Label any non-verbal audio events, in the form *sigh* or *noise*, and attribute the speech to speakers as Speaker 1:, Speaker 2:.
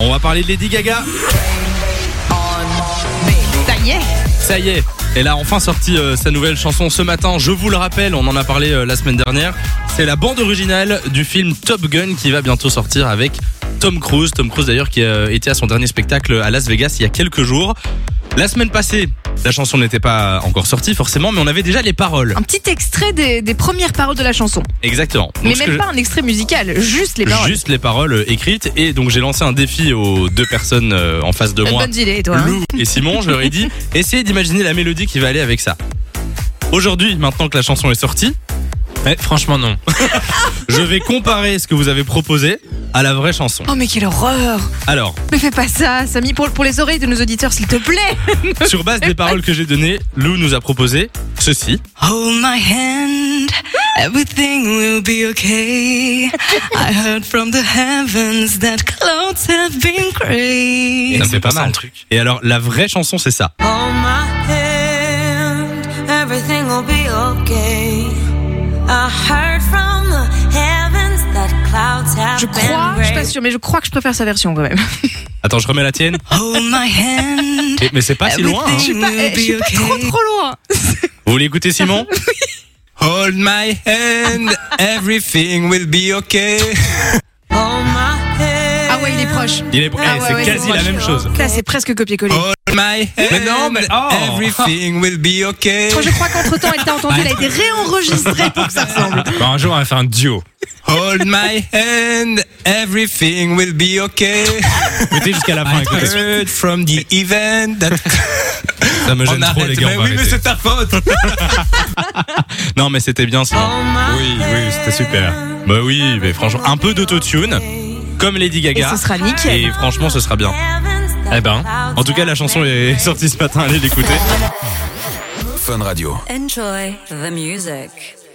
Speaker 1: On va parler de Lady Gaga.
Speaker 2: Ça y est.
Speaker 1: Ça y est, elle a enfin sorti euh, sa nouvelle chanson ce matin. Je vous le rappelle, on en a parlé euh, la semaine dernière. C'est la bande originale du film Top Gun qui va bientôt sortir avec Tom Cruise. Tom Cruise d'ailleurs qui euh, était à son dernier spectacle à Las Vegas il y a quelques jours. La semaine passée, la chanson n'était pas encore sortie forcément, mais on avait déjà les paroles.
Speaker 2: Un petit extrait des, des premières paroles de la chanson.
Speaker 1: Exactement. Donc,
Speaker 2: Mais
Speaker 1: ce que
Speaker 2: même
Speaker 1: je-
Speaker 2: pas un extrait musical, juste les paroles.
Speaker 1: Juste les paroles euh, écrites. Et donc j'ai lancé un défi aux deux personnes euh, en face de
Speaker 2: Une
Speaker 1: moi.
Speaker 2: bonne idée, toi. hein.
Speaker 1: Lou et Simon, je leur ai dit, essayez d'imaginer la mélodie qui va aller avec ça. Aujourd'hui, maintenant que la chanson est sortie, eh, franchement non. je vais comparer ce que vous avez proposé à la vraie chanson.
Speaker 2: Oh mais quelle horreur
Speaker 1: Alors,
Speaker 2: Mais fais pas ça, Samy, pour, pour les oreilles de nos auditeurs, s'il te plaît
Speaker 1: sur base des paroles que j'ai données, Lou nous a proposé ceci.
Speaker 3: Hold my hand, everything will be okay. I heard from the heavens that clouds have been grey.
Speaker 1: Ça me fait pas mal. Truc. Et alors, la vraie chanson, c'est ça.
Speaker 3: Hold my hand, everything will be okay. I heard from the heavens that clouds have
Speaker 2: Je
Speaker 3: Ben
Speaker 2: crois, je suis pas sûre, mais je crois que je préfère sa version quand même.
Speaker 1: Attends, je remets la tienne.
Speaker 3: Hold my *laughs* hand.
Speaker 1: Eh, mais c'est pas si loin. hein.
Speaker 2: Je suis pas, eh, je suis pas trop trop loin
Speaker 1: Vous voulez écouter Simon
Speaker 4: Hold my hand, everything will be okay.
Speaker 3: Hold my hand.
Speaker 2: Ah ouais, il est proche.
Speaker 1: Il est- eh,
Speaker 2: Ah ouais,
Speaker 1: c'est
Speaker 2: ouais,
Speaker 1: quasi
Speaker 2: c'est
Speaker 1: la
Speaker 2: proche.
Speaker 1: même chose. Oh.
Speaker 2: Là, c'est presque copier-coller.
Speaker 4: Hold my hand,
Speaker 1: Mais non, mais- oh.
Speaker 4: everything will be okay.
Speaker 2: Je crois qu'entre-temps, elle t'a entendu, elle a été réenregistrée pour
Speaker 1: *laughs*
Speaker 2: que ça ressemble.
Speaker 5: Bah, un jour, on va faire un duo.
Speaker 4: Hold my hand, everything will be okay.
Speaker 5: Écoutez jusqu'à la fin.
Speaker 4: I *laughs*
Speaker 5: écoutez.
Speaker 4: heard from the event that...
Speaker 1: Ça me gêne
Speaker 4: On
Speaker 1: trop,
Speaker 4: arrête,
Speaker 1: les gars.
Speaker 4: mais
Speaker 1: on va
Speaker 4: oui, mais
Speaker 1: arrêter.
Speaker 4: c'est ta faute.
Speaker 1: non, mais c'était bien, Simon.
Speaker 3: Hold my
Speaker 5: Oui, oui, c'était super.
Speaker 1: Bah oui, mais franchement, un peu d'autotune, comme Lady
Speaker 2: Et
Speaker 1: Gaga.
Speaker 2: ce sera nickel.
Speaker 1: Et franchement, ce sera bien.
Speaker 3: heavens that
Speaker 5: Eh ben,
Speaker 1: En tout cas, la chanson est sortie ce matin, allez l'écouter.
Speaker 4: Fun Radio.
Speaker 6: Enjoy the music.